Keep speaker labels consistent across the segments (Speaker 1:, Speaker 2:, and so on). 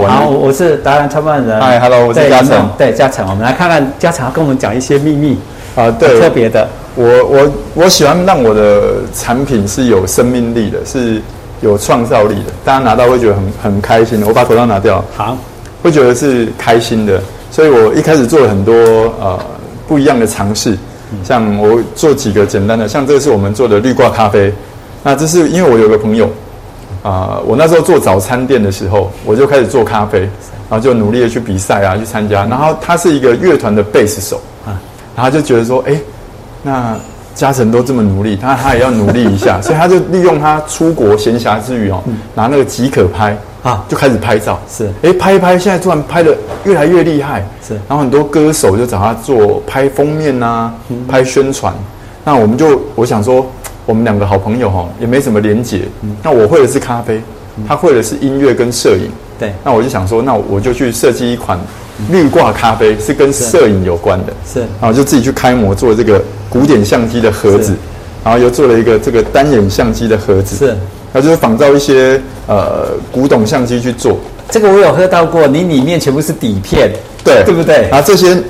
Speaker 1: 我我是达人创办人。
Speaker 2: 嗨，Hello，我是
Speaker 1: 对
Speaker 2: 嘉
Speaker 1: 林
Speaker 2: 诚
Speaker 1: 董。对，嘉诚，我们来看看嘉诚要跟我们讲一些秘密，
Speaker 2: 啊，对，
Speaker 1: 特别的。
Speaker 2: 我我我喜欢让我的产品是有生命力的，是有创造力的，大家拿到会觉得很很开心的。我把口罩拿掉，
Speaker 1: 好，
Speaker 2: 会觉得是开心的。所以我一开始做了很多呃不一样的尝试，
Speaker 1: 嗯
Speaker 2: 像我做几个简单的，像这个是我们做的绿挂咖啡。那这是因为我有个朋友啊、我那时候做早餐店的时候，我就开始做咖啡，然后就努力的去比赛啊，去参加。然后他是一个乐团的贝斯手
Speaker 1: 啊
Speaker 2: 啊，然后他就觉得说，哎、那嘉诚都这么努力，他他也要努力 一下，所以他就利用他出国闲暇之余哦，拿那个即可拍
Speaker 1: 嗯啊
Speaker 2: 啊，就开始拍照。
Speaker 1: 是
Speaker 2: 哎，拍一拍，现在突然拍的越来越厉害，
Speaker 1: 是
Speaker 2: 然后很多歌手就找他做拍封面啊，
Speaker 1: 嗯
Speaker 2: 拍宣传。那我们就我想说，我们两个好朋友哈、哦，也没什么连结。
Speaker 1: 嗯
Speaker 2: 那我会的是咖啡，他会的是音乐跟摄影。
Speaker 1: 对，
Speaker 2: 那我就想说，那我就去设计一款绿挂咖啡，是跟摄影有关的。
Speaker 1: 是
Speaker 2: 然后就自己去开模做这个古典相机的盒子
Speaker 1: 是，
Speaker 2: 然后又做了一个这个单眼相机的盒子。
Speaker 1: 是
Speaker 2: 然后就是仿照一些呃古董相机去做。
Speaker 1: 这个我有喝到过，你里面全部是底片，
Speaker 2: 对，啊
Speaker 1: 对不对？
Speaker 2: 然后这些，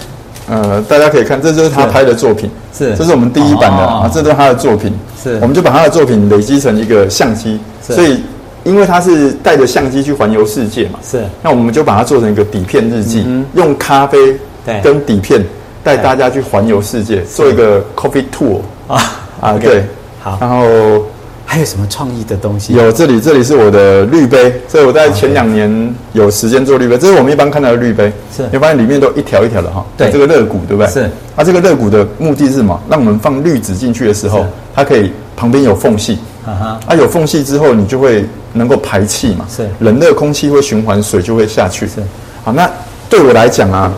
Speaker 2: 呃，大家可以看，这就是他拍的作品，
Speaker 1: 是
Speaker 2: 这是我们第一版的，
Speaker 1: 哦
Speaker 2: 啊，这都是他的作品，
Speaker 1: 是
Speaker 2: 我们就把他的作品累积成一个相机，
Speaker 1: 是
Speaker 2: 所以因为他是带着相机去环游世界嘛，
Speaker 1: 是嗯
Speaker 2: 那我们就把它做成一个底片日记，用咖啡
Speaker 1: 对
Speaker 2: 跟底片带大家去环游世界，做一个 coffee tour
Speaker 1: 啊
Speaker 2: 啊，
Speaker 1: OK，
Speaker 2: 对，
Speaker 1: 好
Speaker 2: 然后。
Speaker 1: 还有什么创意的东西？
Speaker 2: 有这里，这里是我的滤杯，所以我在前两年有时间做滤杯，这是我们一般看到的滤杯，
Speaker 1: 是
Speaker 2: 你会发现里面都一条一条的哈，
Speaker 1: 对
Speaker 2: 有这个肋骨对不对？
Speaker 1: 是，
Speaker 2: 它、这个肋骨的目的是什么？让我们放滤纸进去的时候
Speaker 1: 是，
Speaker 2: 它可以旁边有缝隙，
Speaker 1: 啊哈，
Speaker 2: 啊有缝隙之后，你就会能够排气嘛，
Speaker 1: 是
Speaker 2: 冷热空气会循环，水就会下去，
Speaker 1: 是，
Speaker 2: 好，那对我来讲啊，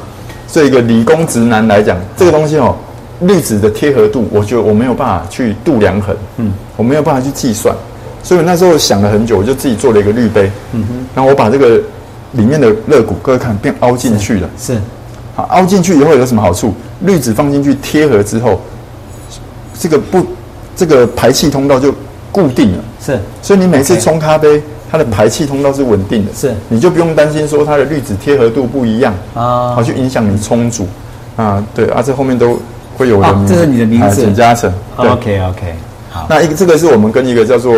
Speaker 2: 这个理工直男来讲，这个东西哦。滤纸的贴合度，我觉得我没有办法去度量衡，嗯，我没有办法去计算，所以我那时候想了很久，我就自己做了一个滤杯，嗯哼，然后我把这个里面的肋骨，各位看变凹进去了，
Speaker 1: 是
Speaker 2: 好，凹进去以后有什么好处？滤纸放进去贴合之后，这个不，这个排气通道就固定了，
Speaker 1: 是
Speaker 2: 所以你每次冲咖啡，它的排气通道是稳定的，
Speaker 1: 是
Speaker 2: 你就不用担心说它的滤纸贴合度不一样
Speaker 1: 啊
Speaker 2: 好去影响你冲煮啊，对啊，这后面都会有我
Speaker 1: 啊
Speaker 2: 的名字，
Speaker 1: 这是你的名字
Speaker 2: 啊简嘉诚，对。
Speaker 1: OK OK，好，
Speaker 2: 那一个这个是我们跟一个叫做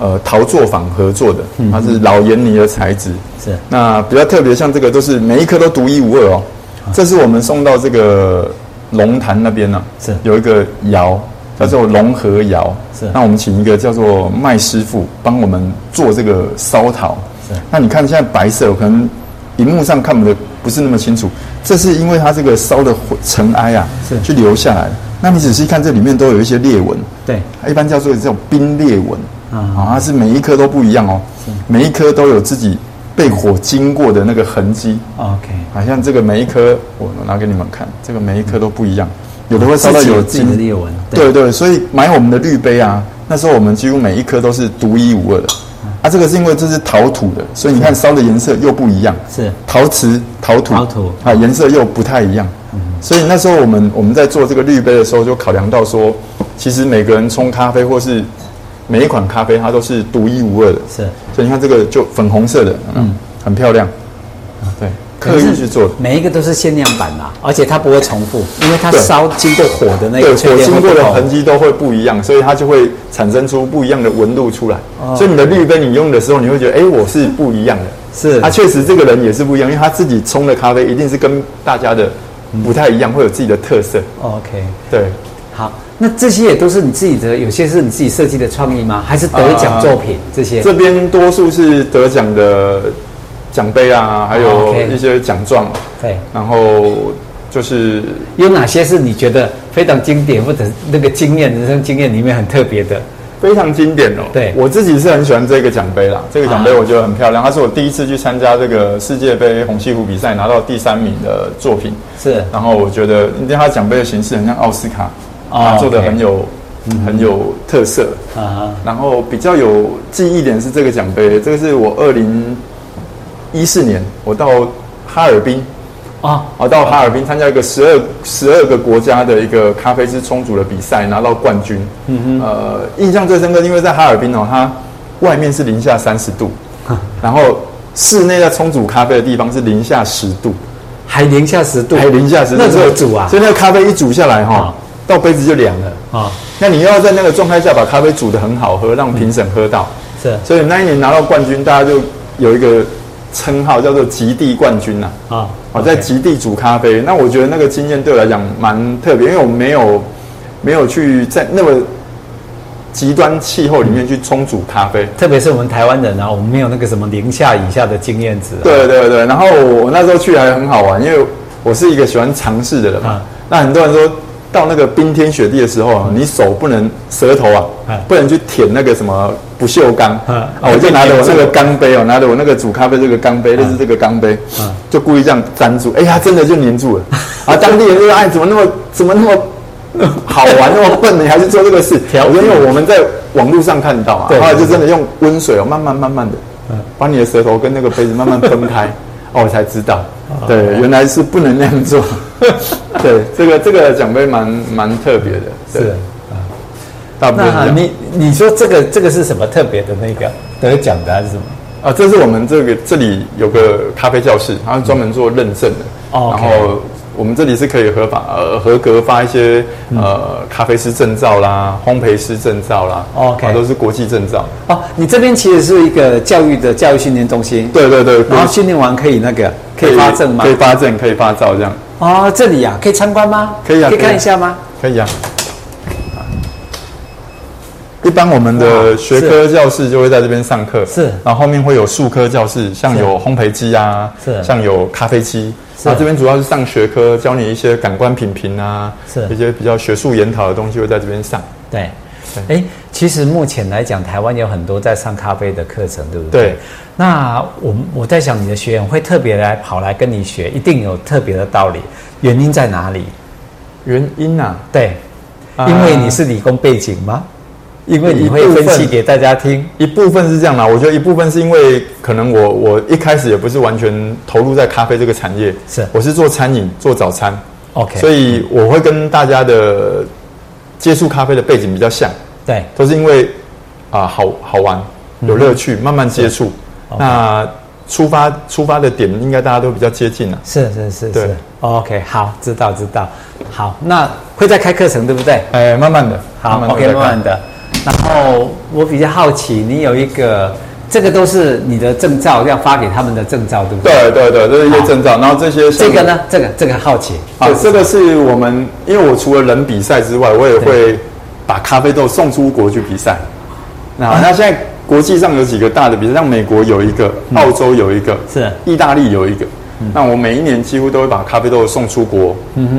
Speaker 2: 呃陶作坊合作的，它是老盐泥的材质。
Speaker 1: 嗯是
Speaker 2: 那比较特别，像这个都是每一颗都独一无二哦。
Speaker 1: 啊
Speaker 2: 这是我们送到这个龙潭那边呢、啊
Speaker 1: 是
Speaker 2: 有一个窑叫做龙和窑。
Speaker 1: 是
Speaker 2: 那我们请一个叫做麦师傅帮我们做这个烧陶。
Speaker 1: 是
Speaker 2: 那你看现在白色，可能荧幕上看不的不是那么清楚，这是因为它这个烧的灰尘埃啊，
Speaker 1: 是
Speaker 2: 去留下来了。那你仔细看，这里面都有一些裂纹。
Speaker 1: 对，
Speaker 2: 一般叫做这种冰裂纹
Speaker 1: 啊
Speaker 2: 啊，它是每一颗都不一样哦，每一颗都有自己被火经过的那个痕迹，
Speaker 1: OK，
Speaker 2: 好啊像这个每一颗，我拿给你们看，这个每一颗都不一样，有的会烧到
Speaker 1: 自己
Speaker 2: 有
Speaker 1: 有自己的
Speaker 2: 经
Speaker 1: 裂纹对
Speaker 2: 对对，所以买我们的滤杯啊，那时候我们几乎每一颗都是独一无二的。啊，这个是因为这是陶土的，所以你看烧的颜色又不一样，
Speaker 1: 是
Speaker 2: 陶瓷、陶土、
Speaker 1: 陶土嗯
Speaker 2: 啊，颜色又不太一样。所以那时候我们我们在做这个滤杯的时候，就考量到说，其实每个人冲咖啡或是每一款咖啡，它都是独一无二的。
Speaker 1: 是，
Speaker 2: 所以你看这个就粉红色的，嗯，很漂亮，
Speaker 1: 嗯
Speaker 2: 对，刻意去做的。
Speaker 1: 每一个都是限量版啦，而且它不会重复，因为它
Speaker 2: 对
Speaker 1: 烧经过火的那个
Speaker 2: 对，火经
Speaker 1: 会
Speaker 2: 过
Speaker 1: 不
Speaker 2: 的
Speaker 1: 同
Speaker 2: 痕迹都会不一样，所以它就会产生出不一样的纹路出来。
Speaker 1: 哦
Speaker 2: 所以你的绿跟你用的时候，你会觉得，哎、我是不一样的。啊
Speaker 1: 是
Speaker 2: 他确实这个人也是不一样，因为他自己冲的咖啡一定是跟大家的不太一样，会有自己的特色。
Speaker 1: OK，
Speaker 2: 对，
Speaker 1: 好，那这些也都是你自己的，有些是你自己设计的创意吗？还是得奖作品、这些？
Speaker 2: 这边多数是得奖的奖杯啊，还
Speaker 1: 哦
Speaker 2: 有
Speaker 1: ，OK
Speaker 2: 一些奖状，
Speaker 1: 对，
Speaker 2: 然后就是
Speaker 1: 有哪些是你觉得非常经典或者是那个经验、人生经验里面很特别的？
Speaker 2: 非常经典哦。
Speaker 1: 对
Speaker 2: 我自己是很喜欢这个奖杯啦，这个奖杯
Speaker 1: 啊
Speaker 2: 我觉得很漂亮，它是我第一次去参加这个世界杯红西湖比赛拿到第三名的作品。
Speaker 1: 是
Speaker 2: 然后我觉得，因为它奖杯的形式很像奥斯卡，
Speaker 1: 哦
Speaker 2: 它做的
Speaker 1: OK 嗯
Speaker 2: 很有、很有特色。
Speaker 1: 啊，
Speaker 2: 然后比较有记忆点是这个奖杯，这个是我二零一四年我到哈尔滨。
Speaker 1: 哦，
Speaker 2: 啊，到哈尔滨参加一个十二十二个国家的一个咖啡师冲煮的比赛，拿到冠军。嗯哼， 呃，印象最深刻，因为在哈尔滨哦，它外面是零下三十度，然后室内要冲煮咖啡的地方是零下十 度，
Speaker 1: 还零下十度，
Speaker 2: 还哎零下十度，
Speaker 1: 那怎么煮啊？
Speaker 2: 所以那个咖啡一煮下来哈
Speaker 1: 啊，
Speaker 2: 到杯子就凉了。
Speaker 1: 啊，
Speaker 2: 那你又要在那个状态下把咖啡煮得很好喝，让评审喝到。
Speaker 1: 是
Speaker 2: 所以那一年拿到冠军，大家就有一个称号叫做“极地冠军”呐。
Speaker 1: 啊，
Speaker 2: 我在
Speaker 1: OK
Speaker 2: 极地煮咖啡，那我觉得那个经验对我来讲蛮特别，因为我没有没有去在那么极端气候里面去冲煮咖啡。
Speaker 1: 特别是我们台湾人啊，我们没有那个什么零下以下的经验值、啊。，
Speaker 2: 对对对，然后我那时候去还很好玩，因为我是一个喜欢尝试的人嘛。
Speaker 1: 啊
Speaker 2: 那很多人说到那个冰天雪地的时候啊，你手不能舌头啊，
Speaker 1: 啊
Speaker 2: 不能去舔那个什么不锈钢啊
Speaker 1: 啊
Speaker 2: 我就拿着我那个钢杯哦，拿着我那个煮咖啡这个钢杯，类似这个钢杯
Speaker 1: 啊，
Speaker 2: 就故意这样粘住，哎呀，真的就粘住了。啊，当地人就说哎，怎么那么怎么那么。好玩那么笨，你还是做这个事？
Speaker 1: 调
Speaker 2: 我就因为我们在网络上看到嘛，
Speaker 1: 对
Speaker 2: 后来就真的用温水哦，慢慢慢慢的，
Speaker 1: 嗯
Speaker 2: 把你的舌头跟那个杯子慢慢分开， 哦，我才知道，
Speaker 1: 啊
Speaker 2: 对，原来是不能那 样做。对，这个这个奖杯蛮蛮特别的，对
Speaker 1: 是。
Speaker 2: 大部
Speaker 1: 那、
Speaker 2: 分是这
Speaker 1: 啊、
Speaker 2: 样
Speaker 1: 你你说这个这个是什么特别的那个得奖的还是什么？
Speaker 2: 啊，这是我们这个这里有个咖啡教室，它是专门做认证的。
Speaker 1: 哦
Speaker 2: 然
Speaker 1: OK
Speaker 2: 后我们这里是可以合法呃合格发一些
Speaker 1: 嗯
Speaker 2: 呃咖啡师证照啦、烘焙师证照啦
Speaker 1: 哦 OK
Speaker 2: 啊都是国际证照。
Speaker 1: 哦，你这边其实是一个教育的教育训练中心，，
Speaker 2: 对对对，
Speaker 1: 然后训练完可以那个可以发证吗
Speaker 2: 可？以发证，可以发照这样。
Speaker 1: 哦，这里啊，可以参观吗？
Speaker 2: 可以啊
Speaker 1: 可以
Speaker 2: 可以
Speaker 1: 看
Speaker 2: 啊
Speaker 1: 一下吗？
Speaker 2: 可以啊。一般我们
Speaker 1: 哇
Speaker 2: 的学科教室就会在这边上课，
Speaker 1: 是
Speaker 2: 然后后面会有术科教室，像
Speaker 1: 是
Speaker 2: 有烘焙机啊，
Speaker 1: 是
Speaker 2: 像有咖啡机，
Speaker 1: 是
Speaker 2: 然后这边主要是上学科，教你一些感官品评啊，
Speaker 1: 是
Speaker 2: 一些比较学术研讨的东西会在这边上。
Speaker 1: 对，哎，其实目前来讲，台湾有很多在上咖啡的课程，对不对？
Speaker 2: 对。
Speaker 1: 那我我在想，你的学员会特别来跑来跟你学，一定有特别的道理，原因在哪里？
Speaker 2: 原因啊，
Speaker 1: 对，
Speaker 2: 啊
Speaker 1: 因为你是理工背景吗？因为你会
Speaker 2: 一部分
Speaker 1: 分析给大家听。
Speaker 2: 一部分是这样啦，我觉得一部分是因为可能我我一开始也不是完全投入在咖啡这个产业，
Speaker 1: 是
Speaker 2: 我是做餐饮做早餐
Speaker 1: OK，
Speaker 2: 所以我会跟大家的接触咖啡的背景比较像，
Speaker 1: 对
Speaker 2: 都是因为啊、好好
Speaker 1: 嗯
Speaker 2: 玩有乐趣，慢慢接触，那出发出发的点应该大家都比较接近啊。
Speaker 1: 是是是
Speaker 2: 对
Speaker 1: 是。OK，好，知道知道。好，那会再开课程对不对？
Speaker 2: 哎，慢慢的，
Speaker 1: 好
Speaker 2: 地
Speaker 1: ，OK，
Speaker 2: 来
Speaker 1: 呃慢
Speaker 2: 看
Speaker 1: 慢的。然后我比较好奇，你有一个，这个都是你的证照要发给他们的证照，对不对？
Speaker 2: 对对对，这是一些证照，然后这些像
Speaker 1: 这个呢，这个这个好奇哦
Speaker 2: 啊，这个是我们，因为我除了人比赛之外，我也会把咖啡豆送出国去比赛。那、那现在国际上有几个大的比赛，像美国有一个，澳洲有一个，
Speaker 1: 嗯是嗯
Speaker 2: 意大利有一个。那我每一年几乎都会把咖啡豆送出国，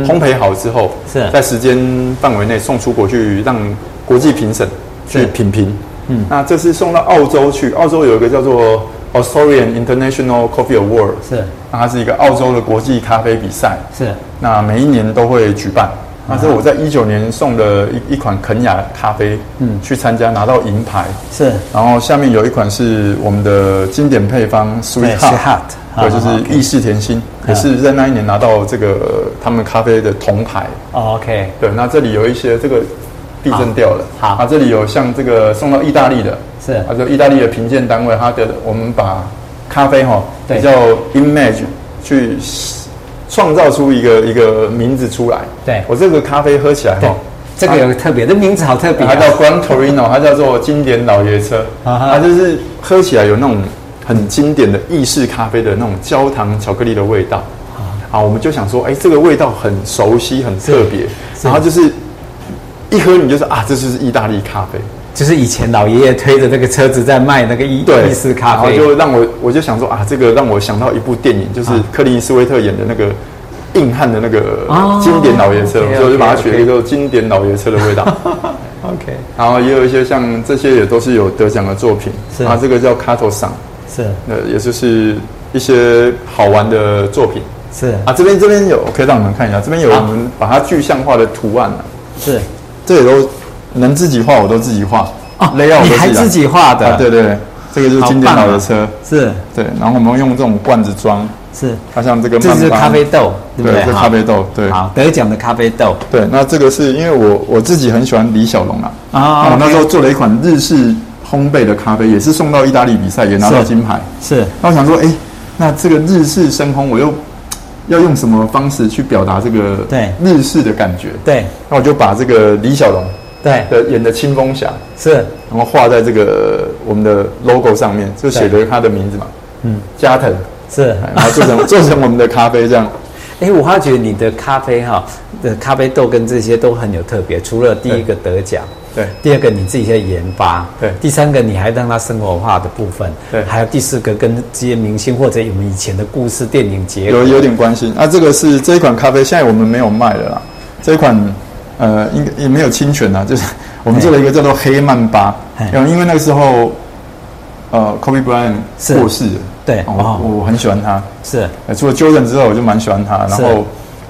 Speaker 2: 烘焙好之后，
Speaker 1: 是
Speaker 2: 在时间范围内送出国去，让国际评审去
Speaker 1: 是
Speaker 2: 品评。嗯，那这次送到澳洲去，澳洲有一个叫做 Australian International Coffee Award，
Speaker 1: 是
Speaker 2: 那它是一个澳洲的国际咖啡比赛。
Speaker 1: 是
Speaker 2: 那每一年都会举办。那是我在一九年送的一一款肯雅咖啡，嗯，去参加拿到银牌。
Speaker 1: 是
Speaker 2: 然后下面有一款是我们的经典配方 Sweet Heart，啊
Speaker 1: Sweetheart，
Speaker 2: 对，就
Speaker 1: 好好
Speaker 2: 是意式甜心，也是在那一年拿到这个呃他们咖啡的铜牌。
Speaker 1: 哦 OK，
Speaker 2: 对，那这里有一些这个地震掉了，
Speaker 1: 好好
Speaker 2: 啊，这里有像这个送到意大利的，
Speaker 1: 是
Speaker 2: 啊，就意大利的评鉴单位，它的我们把咖啡哈、
Speaker 1: 对
Speaker 2: 比较 image 去创造出一个一个名字出来，
Speaker 1: 对
Speaker 2: 我这个咖啡喝起来哈、
Speaker 1: 对，这个有个特别，这名字好特别啊
Speaker 2: 它，叫 Gran Torino，它叫做经典老爷车，
Speaker 1: 啊哈
Speaker 2: 它就是喝起来有那种很经典的意式咖啡的那种焦糖巧克力的味道。啊，我们就想说，哎、这个味道很熟悉，很特别，
Speaker 1: 是
Speaker 2: 然后就是一喝你就说啊，这就是意大利咖啡，
Speaker 1: 就是以前老爷爷推着那个车子在卖那个意意式咖啡
Speaker 2: 然后，就让我我就想说啊，这个让我想到一部电影，就是
Speaker 1: 啊
Speaker 2: 克林斯威特演的那个。硬汉的那个
Speaker 1: 哦
Speaker 2: 经典老爷车，
Speaker 1: OK，OK，
Speaker 2: 所以我就把它取了一
Speaker 1: OK
Speaker 2: 个叫经典老爷车的味道。
Speaker 1: OK
Speaker 2: 然后也有一些像这些也都是有得奖的作品，
Speaker 1: 是
Speaker 2: 啊，这个叫卡头赏，
Speaker 1: 是
Speaker 2: 呃，也就是一些好玩的作品
Speaker 1: 是
Speaker 2: 啊。这边这边有，我可以让你们看一下，这边有
Speaker 1: 好
Speaker 2: 我们把它具象化的图案、啊、
Speaker 1: 是
Speaker 2: 这也都能自己画，我都自己画
Speaker 1: 哦，
Speaker 2: ，layout
Speaker 1: 你
Speaker 2: 都
Speaker 1: 还
Speaker 2: 来
Speaker 1: 自己画的
Speaker 2: 啊？对对，对这个就是经典
Speaker 1: 好棒啊
Speaker 2: 老的车，
Speaker 1: 是
Speaker 2: 对，然后我们用这种罐子装，
Speaker 1: 是，
Speaker 2: 它像这个
Speaker 1: 这
Speaker 2: 慢
Speaker 1: 是
Speaker 2: 慢
Speaker 1: 咖啡豆，对不
Speaker 2: 对，
Speaker 1: 对？
Speaker 2: 这
Speaker 1: 好
Speaker 2: 咖啡豆，对，
Speaker 1: 好，得奖的咖啡豆
Speaker 2: 对，那这个是因为我我自己很喜欢李小龙啊，
Speaker 1: 啊
Speaker 2: 那我那时候做了一款日式烘焙的咖啡，也是送到意大利比赛，也拿到
Speaker 1: 是
Speaker 2: 金牌。
Speaker 1: 是
Speaker 2: 那我想说，哎、那这个日式深烘，我又要用什么方式去表达这个
Speaker 1: 对
Speaker 2: 日式的感觉？
Speaker 1: 对
Speaker 2: 那我就把这个李小龙
Speaker 1: 对
Speaker 2: 的演的清风侠，
Speaker 1: 是
Speaker 2: 然后画在这个我们的 logo 上面，就写着他的名字嘛，
Speaker 1: 嗯
Speaker 2: 加藤，
Speaker 1: 是。
Speaker 2: 哎然后做 成做成我们的咖啡这样。
Speaker 1: 哎，我发觉你的咖啡哈的咖啡豆跟这些都很有特别，除了第一个得奖。
Speaker 2: 对
Speaker 1: 第二个你自己在研发，
Speaker 2: 对
Speaker 1: 第三个你还让它生活化的部分，
Speaker 2: 对
Speaker 1: 还有第四个跟这些明星或者我们以前的故事电影结合，
Speaker 2: 有有点关系。那、这个是这一款咖啡，现在我们没有卖了啦。这一款呃，应该也没有侵权啦，就是我们做了一个叫做黑曼巴
Speaker 1: 嘿，
Speaker 2: 然后因为那个时候呃，Kobe Bryant
Speaker 1: 是
Speaker 2: 过世了，
Speaker 1: 对
Speaker 2: 哦
Speaker 1: 哦
Speaker 2: 我我很喜欢他，
Speaker 1: 是
Speaker 2: 呃除了 Jordan 之外，我就蛮喜欢他。然
Speaker 1: 是
Speaker 2: 后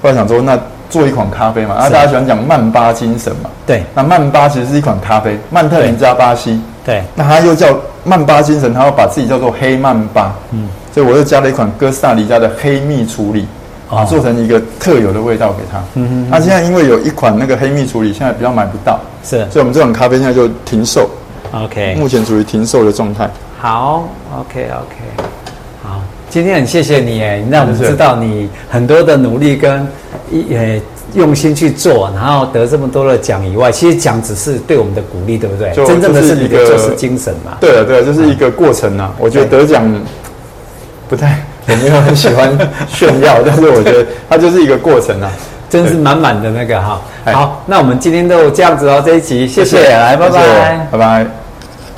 Speaker 2: 后来想说，那做一款咖啡嘛，啊，
Speaker 1: 是
Speaker 2: 大家喜欢讲曼巴精神嘛，
Speaker 1: 对
Speaker 2: 那曼巴其实是一款咖啡，曼特林加巴西。
Speaker 1: 对
Speaker 2: 那他又叫曼巴精神，他要把自己叫做黑曼巴，嗯，所以我又加了一款哥斯达黎加的黑蜜处理，啊、
Speaker 1: 哦
Speaker 2: 做成一个特有的味道给他。嗯那、现在因为有一款那个黑蜜处理，现在比较买不到，
Speaker 1: 是
Speaker 2: 所以我们这款咖啡现在就停售，
Speaker 1: ，OK，
Speaker 2: 目前处于停售的状态。
Speaker 1: 好，OK OK，好，今天很谢谢你耶，让我们
Speaker 2: 谢谢
Speaker 1: 知道你很多的努力跟一呃用心去做，然后得这么多的奖以外，其实奖只是对我们的鼓励，对不对？
Speaker 2: 就
Speaker 1: 真正的
Speaker 2: 就是
Speaker 1: 是你的
Speaker 2: 一个
Speaker 1: 做事精神嘛。
Speaker 2: 对了啊对了，这是一个过程
Speaker 1: 哎
Speaker 2: 啊，我觉得得奖不太，我没有很喜欢 炫耀，但是我觉得它就是一个过程啊。
Speaker 1: 真是满满的那个哈。
Speaker 2: 哎
Speaker 1: 好，那我们今天就这样子哦，这一集谢谢，
Speaker 2: 谢谢
Speaker 1: 来，拜
Speaker 2: 谢谢
Speaker 1: 拜。
Speaker 2: 拜拜。